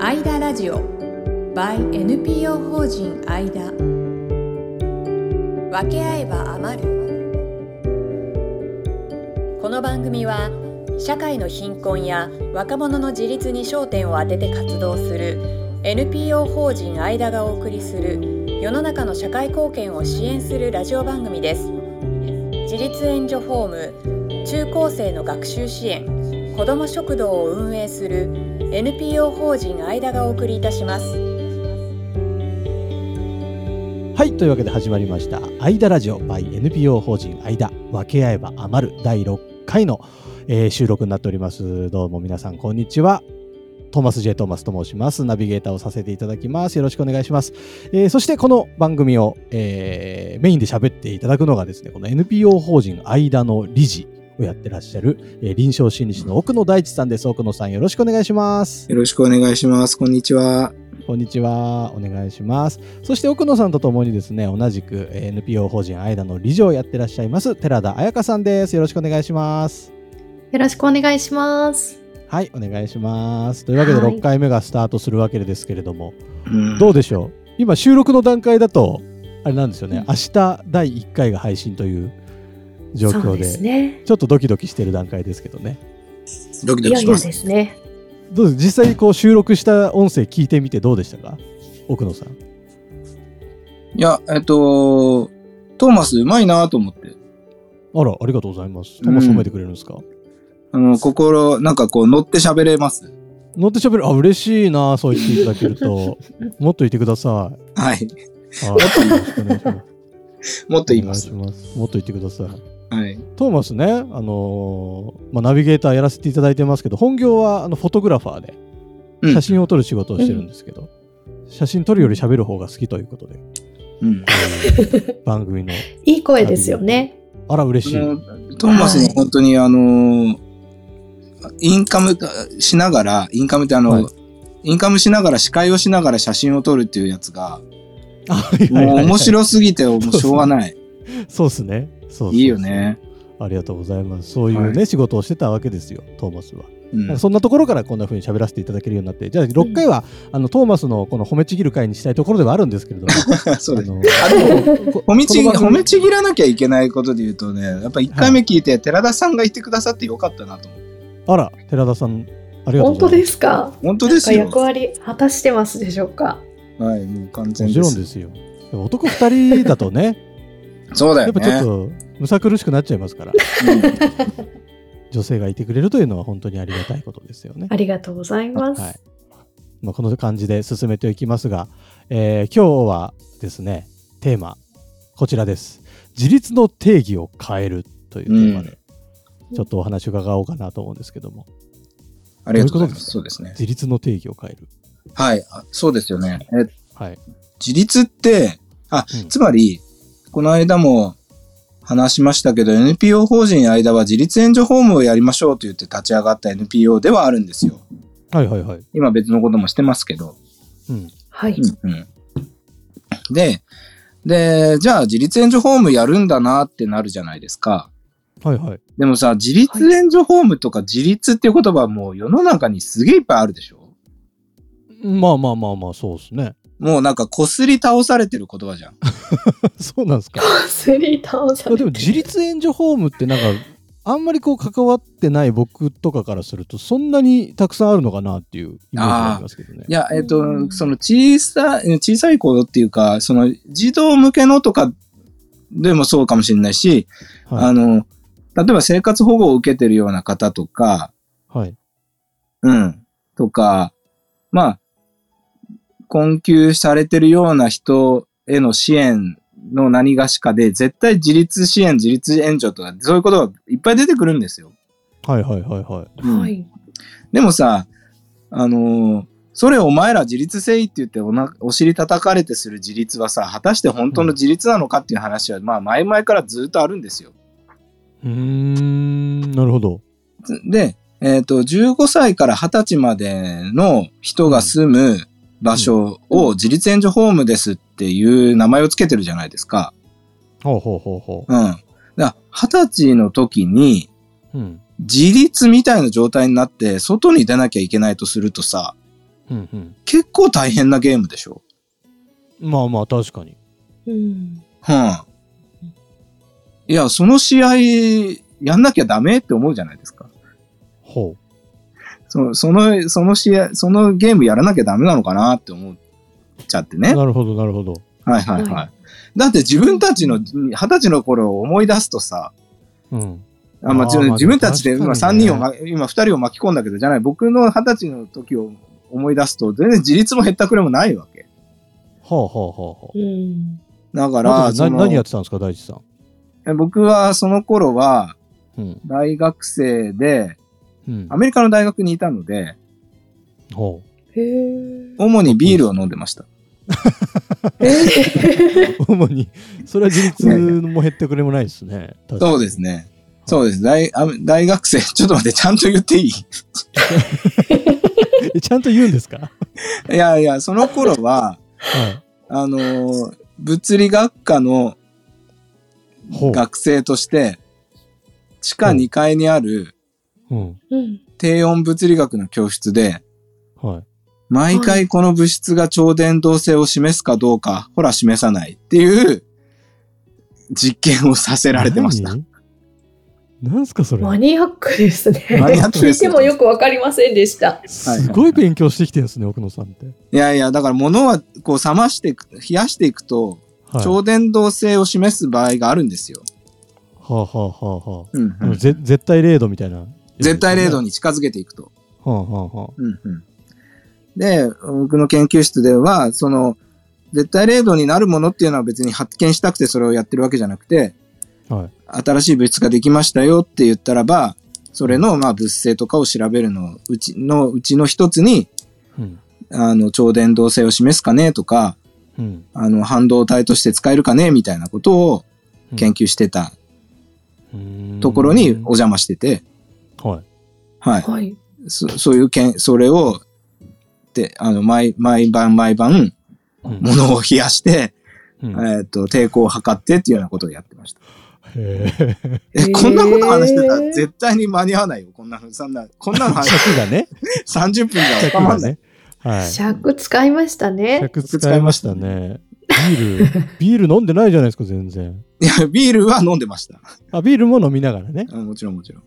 アイダラジオ by NPO 法人アイダ分け合えば余るこの番組は社会の貧困や若者の自立に焦点を当てて活動する NPO 法人アイダがお送りする世の中の社会貢献を支援するラジオ番組です自立援助ホーム中高生の学習支援子ども食堂を運営する NPO 法人アイダがお送りいたしますはい、というわけで始まりました、アイダラジオ by NPO 法人アイダ、分け合えば余る第6回の、えー収録になっております。どうも皆さん、こんにちは。トーマス J. トーマスと申します。ナビゲーターをさせていただきます。よろしくお願いします。えーそして、この番組を、えーメインで喋っていただくのがですね、この NPO 法人アイダの理事をやってらっしゃる、えー臨床心理士の奥野大地さんです。奥野さん、よろしくお願いします。よろしくお願いします。こんにちは。こんにちは。お願いします。そして奥野さんとともにですね、同じくえー NPO 法人アイダの理事をやってらっしゃいます、寺田彩香さんです。よろしくお願いします。よろしくお願いします。はい、お願いします。というわけではい6回目がスタートするわけですけれども、うんどうでしょう今収録の段階だと、あれなんですようねん、明日第1回が配信という状そう況でで、すね。ちょっとドキドキしてる段階ですけどね。ドキいドキやしいやま。ですすね。どうです実際にこう収録した音声聞いてみてどうでしたか奥野さん。いや、えっと、トーマスうまいなと思って。あら、ありがとうございます。トマス褒めてくれるんですか、あの、心、なんかこう乗って喋れます。乗って喋る。あ、嬉しいな。そう言っていただけると。 もっといてください。ははい。い。よろしくお願いします。もっと言いますお。願いしますもっといてください。はい。トーマスね、あのーまあ、ナビゲーターやらせていただいてますけど、本業はあのフォトグラファーでうん写真を撮る仕事をしてるんですけど、写真撮るより喋る方が好きということ で、うん。番組の。いい声ですよね。あら、嬉しい。あのトーマスも本当にあの、インカムしながら、インカムってあの、はいインカムしながら司会をしながら写真を撮るっていうやつが、あはいはいもうはい面白すぎてもうしょうがない。そうですね。そうそうそういいよ。ね。ありがとうございます。そういうね、は仕事をしてたわけですよ、トーマスは。うなんんかそんなところからこんな風に喋らせていただけるようになって、じゃあ6回は、あのトーマスのこの褒めちぎる回にしたいところではあるんですけれども、 そうです。 ああでものこ褒めちぎこの番組褒めちぎらなきゃいけないことで言うとね、やっぱ1回目聞いて、寺田さんがいてくださってよかったなと思う。あら、寺田さん、ありがとう本ご当ざいでます。すか。本当ですよ。役割果たしてますでしょうか。はい、もう完全もでちす。ろんですよ。でも男2人だとね、 そうだやよっぱちょっね。とむさ苦しくなっちゃいますから、うん女性がいてくれるというのは本当にありがたいことですよね。ありがとうございます。はいまあ、この感じで進めていきますが、えー今日はですねテーマこちらです自立の定義を変えるというテーマで、うんちょっとお話を伺おうかなと思うんですけどもありがとうございどういうことですまかす。そうですね。自立の定義を変えるはい、あそうですよね。えはい、自立って、あ、うんつまり、この間も話しましたけど、NPO 法人間は自立援助ホームをやりましょうと言って立ち上がった NPO ではあるんですよ。はいはいはい今別のこともしてますけど。うんはい。うんうん、で、で、じゃあ自立援助ホームやるんだなってなるじゃないですか。はいはいでもさ、自立援助ホームとか自立っていう言葉はもう世の中にすげえいっぱいあるでしょまあまあまあまあそうですね もうなんかこすり倒されてる言葉じゃん。そうなんですかスリータウンさいやん。でも自立援助ホームってなんかあんまりこう関わってない僕とかからするとそんなにたくさんあるのかなっていうイメージがありますけどねいや、えっ、うと、んその小さい、小さい子っていうか、その児童向けのとかでもそうかもしれないし、はあいの、例えば生活保護を受けてるような方とか、はいうん。とか、まあ、困窮されてるような人への支援の何がしかで、絶対自立支援、自立援助とか、そういうことがいっぱい出てくるんですよ。はいはいはいはいうんはい。でもさ、あのーそれお前ら自立せいって言っておなお尻叩かれてする自立はさ、果たして本当の自立なのかっていう話は、まあ前々からずっとあるんですよ。うーんなるほど。で、えっ、と、15歳から20歳までの人が住む場所を自立援助ホームですっていう名前をつけてるじゃないですか。ほうほうほうほうん。だから20歳の時にう。うん。自立みたいな状態になって外に出なきゃいけないとするとさ、うんうん。結構大変なゲームでしょ。まあまあ、確かに。うん。うん。いや、その試合、やんなきゃダメって思うじゃないですか。ほそその、その試合、そのゲームやらなきゃダメなのかなって思っちゃってう。ね。なるほど、なるほど。はいはいは。はいだって自分たちの、二十歳の頃を思い出すとさ、うん。あまあ、あー自分まあ自分たちで確かに今ね三人をま、今二人を巻き込んだけどじゃない、僕の二十歳の時を思い出すと、全然自立も減ったくれもないわけ。ほうほうほうほう。うん。だかなら、んかそな何やのってたんですか、大地さん。僕はその頃はうん。大学生で、うんア。メリカの大学にいたので、ほへえ。主にビールを飲んでました。えう。 主に、それは自立も減ってくれもないですね。そうですね。ね。そうです。大あ大学生、 ちょっと待って、ちゃんと言っていいえちゃんと言うんですかいやいや、その頃は、はあのー物理学科のい。ほう。学生として、地下うん2階にあるうん。 うん。低温物理学の教室で、はい。毎回この物質が超伝導性を示すかどうか、ほら示さないっていう実験をさせられてました。何。なんすか、それ。マニアックですね。マニアック聞でいすてよもよくわかりませんでした。すごい勉強してきてるんですね、奥野さんって。いやいや、だから物はこう冷ましていく、冷やしていくと、はい。超伝導性を示す場合があるんですよ。はあはあはあはうんあ。ぜ絶対零度みたいな、絶対零度に。に近づけていくと。はあはあはで、僕の研究室では、その、絶対零度になるものっていうのは別に発見したくてそれをやってるわけじゃなくて、あ。はい。新しい物質ができましたよって言ったらば、それのまあ物性とかを調べるのうちのうちの一つに、うん。あの、超伝導性を示すかねとか、うん。あの、半導体として使えるかねみたいなことを研究してたうんところにお邪魔してて、はい。はい。はい。そそういうけん、それを、で、あの、毎、毎晩毎晩、うんものを冷やして、うんえっ、と、抵抗を測ってっていうようなことをやってました。へえ。え、へーこんなこと話してたら絶対に間に合わないよ。こんなの、そんな、こんなの 話、尺がね。 30分じゃ収尺まがんない。ね。はい。尺使いましたね。尺使いましたね。ビ ール、ビール飲んでないじゃないですか、全然。いや、ビールは飲んでました。あ、ビールも飲みながらね。うんもちろんもちろん。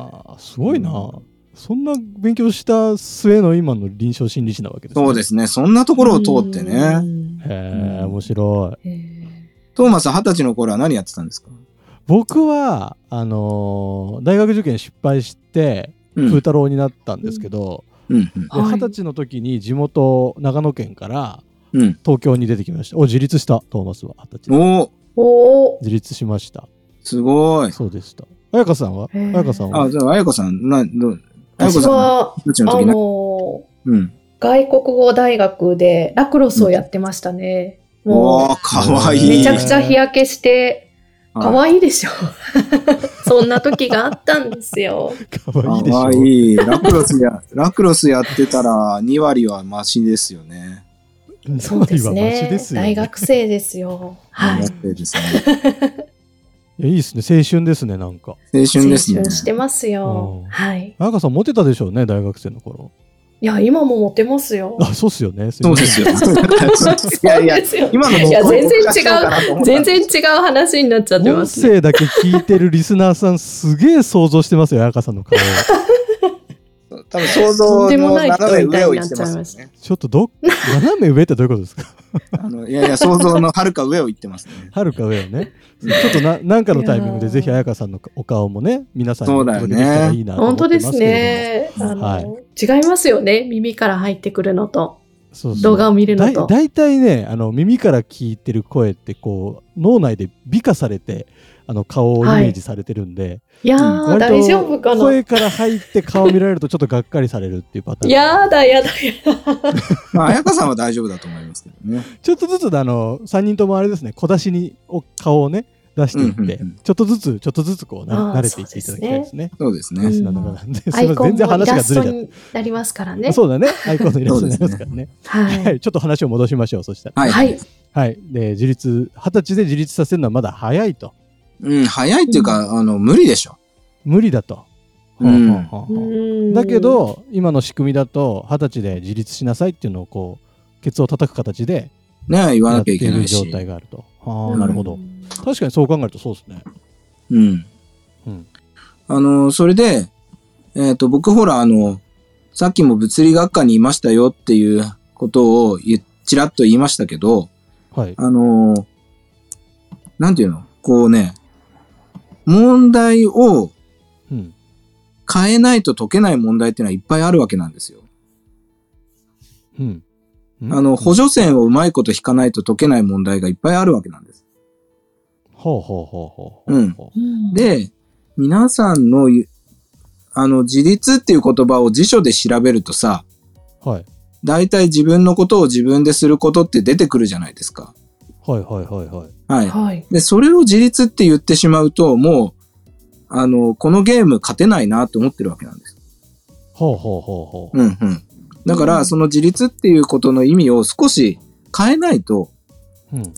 はあ、すごいな。そんな勉強した末の今の臨床心理士なわけですね。。そうですすね。そんなところを通ってね。へえ、面白い。うん。へトーマス二十歳の頃は何やってたんですか僕はあのー大学受験失敗してうん。風うん太郎になったんですけどうん。で二十、はい歳の時に地元長野県からうん。東京に出てきましたお自立したトーマスは二十歳でおーおお。自立しましたすごい。そうでした彩香さんはへー彩香さんあ、はじゃあ、あやこさん、な、どう、あやこ私さん、二は、十歳あの時のね。ーうん。外国語大学でラクロスをやってましたね。おも、ー、かわいうい。めちゃくちゃ日焼けして、可愛いでしょ。そんな時があったんですよ。可愛いでしかょわいい。ラクロスや、ラクロスやってたら2割はマシですよね。 そうで二割すはマシね。ですよね大学生ですよ。は大い。青学生ですねいやいいですね青春ですねなんか青春ですね春。してますようん。はい。彩香さんモテたでしょうね大学生の頃いや、今もモテます よ。あそうっすよねそうですよ。い やいや、そうですよ今のもいや全然違うう全然違う話になっちゃってま音すね。声だけ聞いてるリスナーさんすげえ想像してますよ彩香さんの 顔多分想とん像でものない斜め人みた上いをに行なっってちゃまいすまよした。ね。ちょっとど、斜め上ってどういうことですかあのいやいや、想像のはるか上を行ってます ね。はるか上をね。ちょっとな、なんかのタイミングで、ぜひ彩香さんのお顔もね、皆さんにそおうだよ届けねできたらいいなと思っ本てま当すけでれども。すね。あの、はい違いますよね。耳から入ってくるのと、そうそう。動画を見るのだいと。大体ねあの耳から聞いてる声ってこう脳内で美化されてあの顔をイメージされてるんで、いやー、割と大丈夫かな。声から入って顔見られるとちょっとがっかりされるっていうパターンやだやだやだ。まあ、彩香さんは大丈夫だと思いますけどね。ちょっとずつあの3人ともあれですね小出しにお顔をね出していって、うんうんうんちょっとずつちょっとずつこうなあー慣れていっていただきたいですね。そうですリね。スナーの方なんで、ア すいまイせんコン全然もイ話がラスずトれちゃっになりますからた。ね。そうだね。アイコンのイラストになりますからね。は。はい。ちょっと話を戻しましょう。そしたら。はいい。はい。はい。で、自立、二十歳で自立させるのはまだ早いと。うん、早いっていうか、あの、無理でしょ。無理だと。うんはあはあはあだけ、ど今の仕組みだと二十歳で自立しなさいっていうのをこうケツを叩く形でね言わやっなきてゃいいけなるい状し。態があると。はうあんなるほど。確かにそう考えるとそうですね。うん。うんあの、それで、えっ、と、僕ほら、あの、さっきも物理学科にいましたよっていうことを言っちらっと言いましたけど、はい。あの、なんていうのこうね、問題をうん。変えないと解けない問題っていうのはいっぱいあるわけなんですよ。うん。うんあの、補は助線をうまいこと引かないと解けない問題がいっぱいあるわけなんです。あはあはあはあうんはうん、で、皆さんの言う、あの、自立っていう言葉を辞書で調べるとさ、あはい。大体自分のことを自分ですることって出てくるじゃないですか。はいはいはいはい。ははいい。。で、それを自立って言ってしまうと、もう、あの、このゲーム勝てないなって思ってるわけなんです。ほうほうほうほう。うんうん。だかうら、んその自立っていうことの意味を少し変えないと、うん。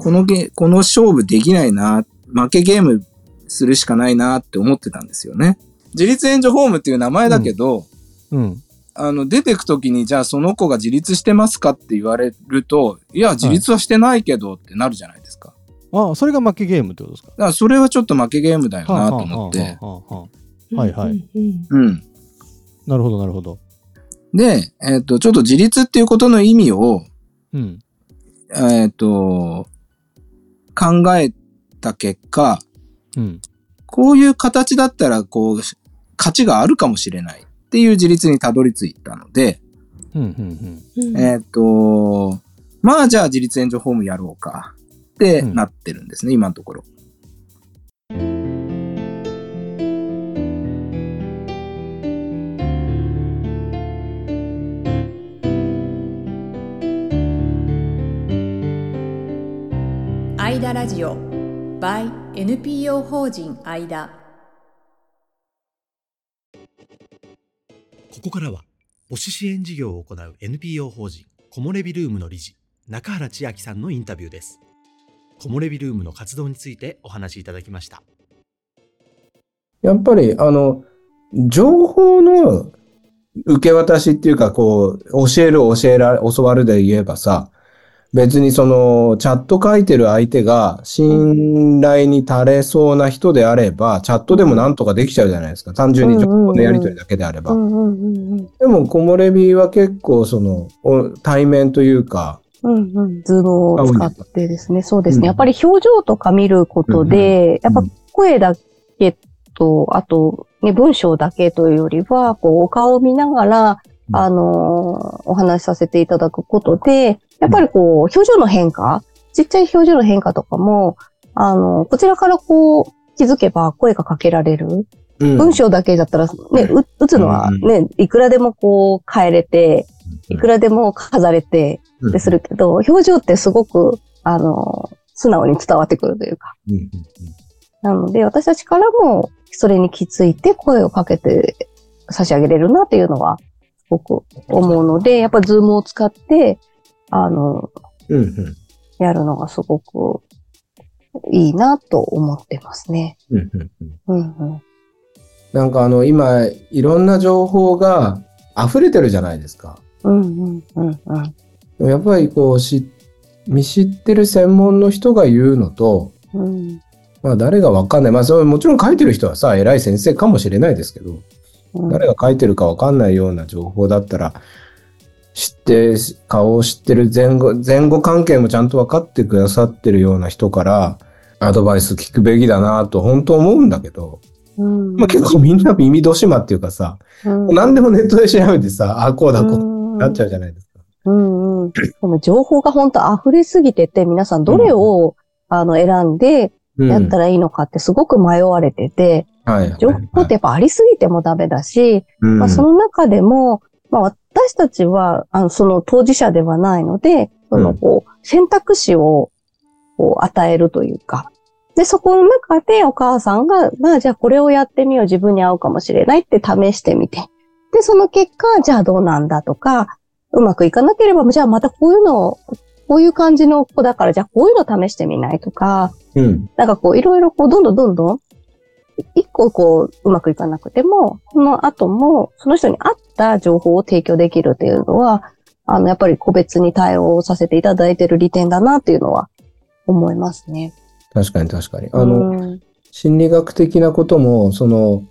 このゲ、この勝負できないな、負けゲームするしかないなって思ってたんですよね。自立援助ホームっていう名前だけど、うん。あの、出てくときに、じゃあその子が自立してますかって言われると、いや、自立はしてないけどってなるじゃないですか。あそれが負けゲームってことですかだからそれはちょっと負けゲームだよはなあとはあ思って。はあはあはあはいはいうんうんうん。なるほどなるほど。で、えっ、と、ちょっと自立っていうことの意味を、うん。えっ、と、考えた結果、うん。こういう形だったら、こう、価値があるかもしれないっていう自立にたどり着いたので、うんうんうんえっ、と、まあじゃあ自立援助ホームやろうかってなってるんですね、今のところ。アイダラジオ by NPO 法人アイダここからは、母子支援事業を行う NPO 法人コモレビルームの理事、中原千秋さんのインタビューです。コモレビルームの活動についてお話しいただきました。やっぱり、あの、情報の受け渡しっていうか、こう、教える、教えられ、教わるで言えばさ、別にその、チャット書いてる相手が信頼に足れそうな人であれば、チャットでもなんとかできちゃうじゃないですか。単純に情報のやり取りだけであれば。うんうんうんでも、木漏れ日は結構、その、お対面というか、うんうん、ズームを使ってですね、そうですうんね。やっぱり表情とか見ることで、うやんっぱ声だけと、あと、ね、文章だけというよりは、こう、お顔を見ながら、うんあのーお話しさせていただくことで、やっぱりこう、表情の変化、ちっちゃい表情の変化とかも、あのこちらからこう、気づけば声がかけられる。文章だけだったら、ね、う打つのはね、いくらでもこう変えれて、いくらでも飾れて、うんでするけど、表情ってすごく、あの、素直に伝わってくるというか。うんうんなので、私たちからも、それに気づいて声をかけて差し上げれるなっていうのは、すごく思うので、やっぱズームを使って、あの、うんうんやるのがすごくいいなと思ってますね。うんうんうんうんうん。なんかあの今いろんな情報が溢れてるじゃないですか。うんうんうんうん。でもやっぱりこうし見知ってる専門の人が言うのと、うんまあ誰がわかんない。まあそれもちろん書いてる人はさ、偉い先生かもしれないですけど、うん誰が書いてるかわかんないような情報だったら、知って、顔を知ってる前後、前後関係もちゃんと分かってくださってるような人から、アドバイス聞くべきだなと本当思うんだけど、うんまあ結構みんな耳戸島っていうかさ、うん何でもネットで調べてさ、あ、こうだ、こうだうんなっちゃうじゃないですか。うん うん。でも情報が本当溢れすぎてて、皆さんどれを、あの選んでうんやったらいいのかってすごく迷われてて、はい。情報ってやっぱありすぎてもダメだし、うんまあ、その中でも、まあ、私たちはあのその当事者ではないので、そのこう選択肢をこう与えるというか、で、そこの中でお母さんが、まあじゃあこれをやってみよう、自分に合うかもしれないって試してみて。で、その結果、じゃあどうなんだとか、うまくいかなければ、じゃあまたこういうのを、こういう感じの子だから、じゃあこういうの試してみないとか、うん。なんかこういろいろこうどんどんどんどん一個こう、うまくいかなくても、その後も、その人に合った情報を提供できるっていうのは、あの、やっぱり個別に対応させていただいてる利点だなっていうのは思いますね。確かに確かに。あの、うん心理学的なことも、その、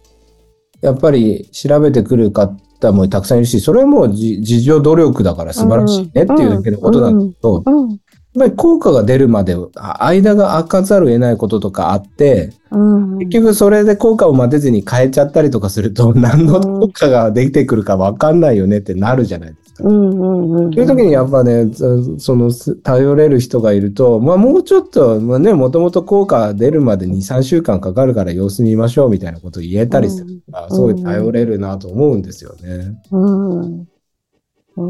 やっぱり調べてくる方もたくさんいるし、それはもうじ自助努力だから素晴らしいねっていうだけのことなんだけど、うん。やっぱり効果が出るまで、あ間が空かざるを得ないこととかあって、うん。結局それで効果を待てずに変えちゃったりとかすると、何の効果ができてくるかわかんないよねってなるじゃないですか。うんうんうん。そういう時にやっぱね、そその、す頼れる人がいると、まあもうちょっと、まあね、もともと効果出るまで2、3週間かかるから様子見ましょうみたいなことを言えたりするから、んすごい頼れるなと思うんですよね。うん。うん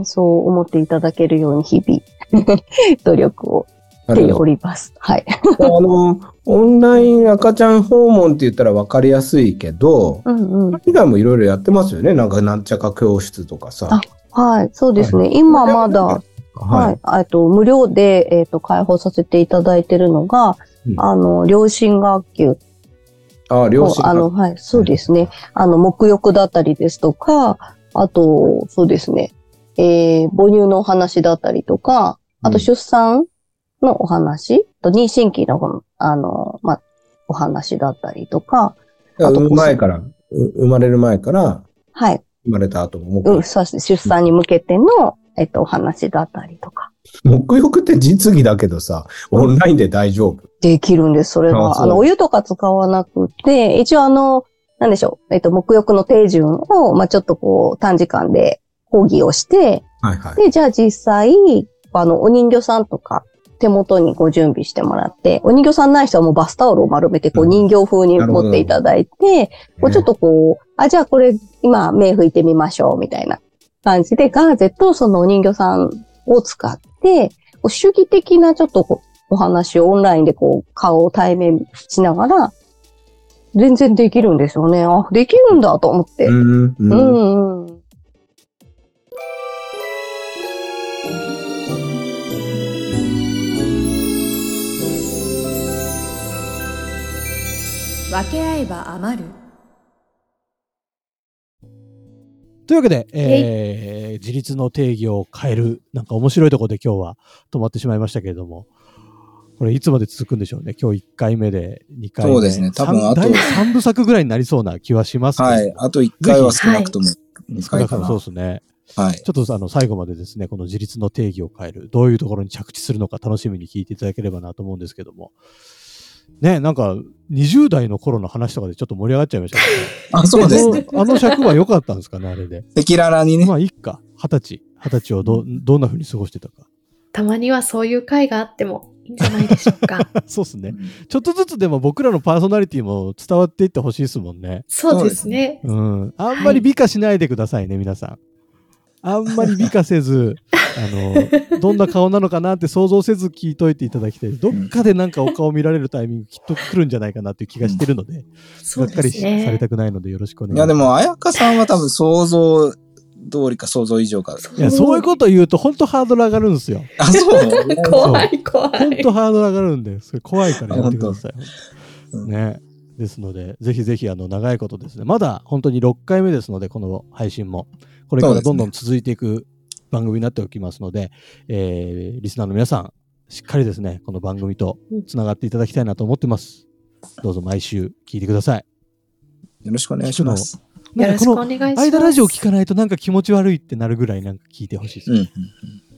そう思っていただけるように日々、 努力をなしてるほおります。はい。ど。あの、オンライン赤ちゃん訪問って言ったらわかりやすいけど、うんうん。以外もいろいろやってますよね。なんかなんちゃか教室とかさ。はい、そうですね。今まだ、はは。い、えっと、無料で、えっと、開放させていただいてるのが、うんあの、両親学級あ、両親あの、はい、そうですね。あの、沐浴だったりですとか、あと、そうですね。えー、母乳のお話だったりとか、あうとん出産のお話、あと妊娠期の、あの、まあ、お話だったりとか、があと産む前から、う生まれる前から、はい、生まれた後も、うん、そうです出産に向けての、えっと、お話だったりとか、沐浴って実技だけどさ、オンラインで大丈夫。できるんです、それあが。そうあの、お湯とか使わなくて、一応あの、なんでしょう、えっと、沐浴の手順を、まあ、ちょっとこう、短時間で講義をして、はいはい。で、じゃあ実際、あの、お人形さんとか、手元にご準備してもらって、お人形さんない人はもうバスタオルを丸めて、こううん人形風になるほど持っていただいて、こうちょっとこう、あ、じゃあこれ今目拭いてみましょう、みたいな感じで、ガーゼとそのお人形さんを使って、こう主義的なちょっとこうお話をオンラインでこう顔を対面しながら、全然できるんですよね。あ、できるんだと思って。うん、ううん。んうん。分け合えば余るというわけで、えー自立の定義を変える、なんか面白いところで今日は止まってしまいましたけれども、これいつまで続くんでしょうね。今日1回目で2回目。そうですね多分三あと第3部作ぐらいになりそうな気はしますけどはい。あと1回は少なくとも2少回なくとかもな。そうですね。はい。ちょっとあの最後までですね、この自立の定義を変える、どういうところに着地するのか楽しみに聞いていただければなと思うんですけども。ね、なんか20代の頃の話とかでちょっと盛り上がっちゃいましたあ、そうですね。けど、あのあの尺は良かったんですかね、あれ で。赤裸々にねま。あ、いっか。二十歳。二十歳をど、どんな風に過ごしてたか。 たまにはそういう会があってもいいんじゃないでしょ うか。そうですね。ちょっとずつでも僕らのパーソナリティも伝わっていってほしいですもんね。そうですね。うん。あんまり美化しないでくださいね、皆さん。あんまり美化せ ず、あの、どんな顔なのかなって想像せず聞いといていただきたい。どっかでなんかお顔見られるタイミングきっと来るんじゃないかなっていう気がしてるので、そがっうかでりすしされね。たくないのでよろしくお願いいしまや、す。でも、彩香さんは多分想像通りか想像以上か。いやそういうこと言うと本当ハードル上がるんですよ。あ、そう 怖い怖本い当。ハードル上がるんで、それ怖いからやってください。当ね。ですので、ぜひぜひ、あの、長いことですね。まだ本当に6回目ですので、この配信も。これかそらうですどんねどん続いていく番組になっておきますので、えーリスナーの皆さん、しっかりですね、この番組とつながっていただきたいなと思ってます。どうぞ毎週聞いてください。よろしくお願いします。よろしくおね願いしまこの、す。間ラジオ聞かないとなんか気持ち悪いってなるぐらいなんか聞いてほしいですう。んうんうん。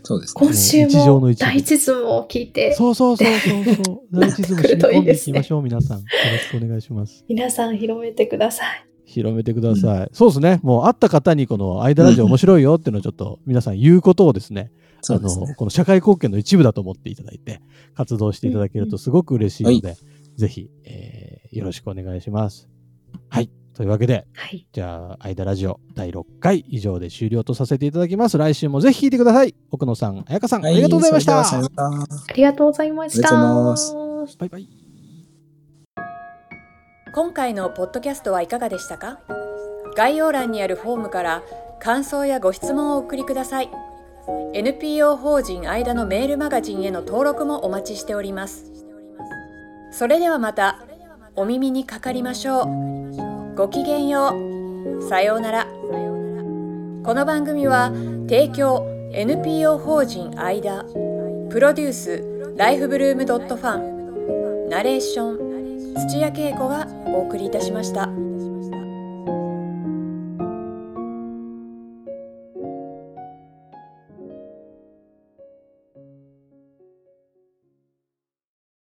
そうですね。今週日常のも一部大地図も聞いて、そうそうそうそう そう。ナイチズム染み込んでいきましょう、皆さん。よろしくお願いします。皆さん広めてください。広めてください。そうですね。もう会った方にこの間ラジオ面白いよっていうのをちょっと皆さん言うことをですね、そあうですのね。この社会貢献の一部だと思っていただいて活動していただけるとすごく嬉しいので、ぜひ、えーよろしくお願いします。はい。というわけで、はい。じゃあ、間ラジオ第6回以上で終了とさせていただきます。来週もぜひ聞いてください。奥野さん、彩香さん、ありがとうございました。はそれではさよならありがとうございました。ありがとうござバイバイ。今回のポッドキャストはいかがでしたか概要欄にあるフォームから感想やご質問をお送りください NPO 法人間のメールマガジンへの登録もお待ちしておりますそれではまたお耳にかかりましょうごきげんようさようならこの番組は提供 NPO 法人間プロデュースライフブルームドットファンナレーション土屋恵子がお送りいたしました。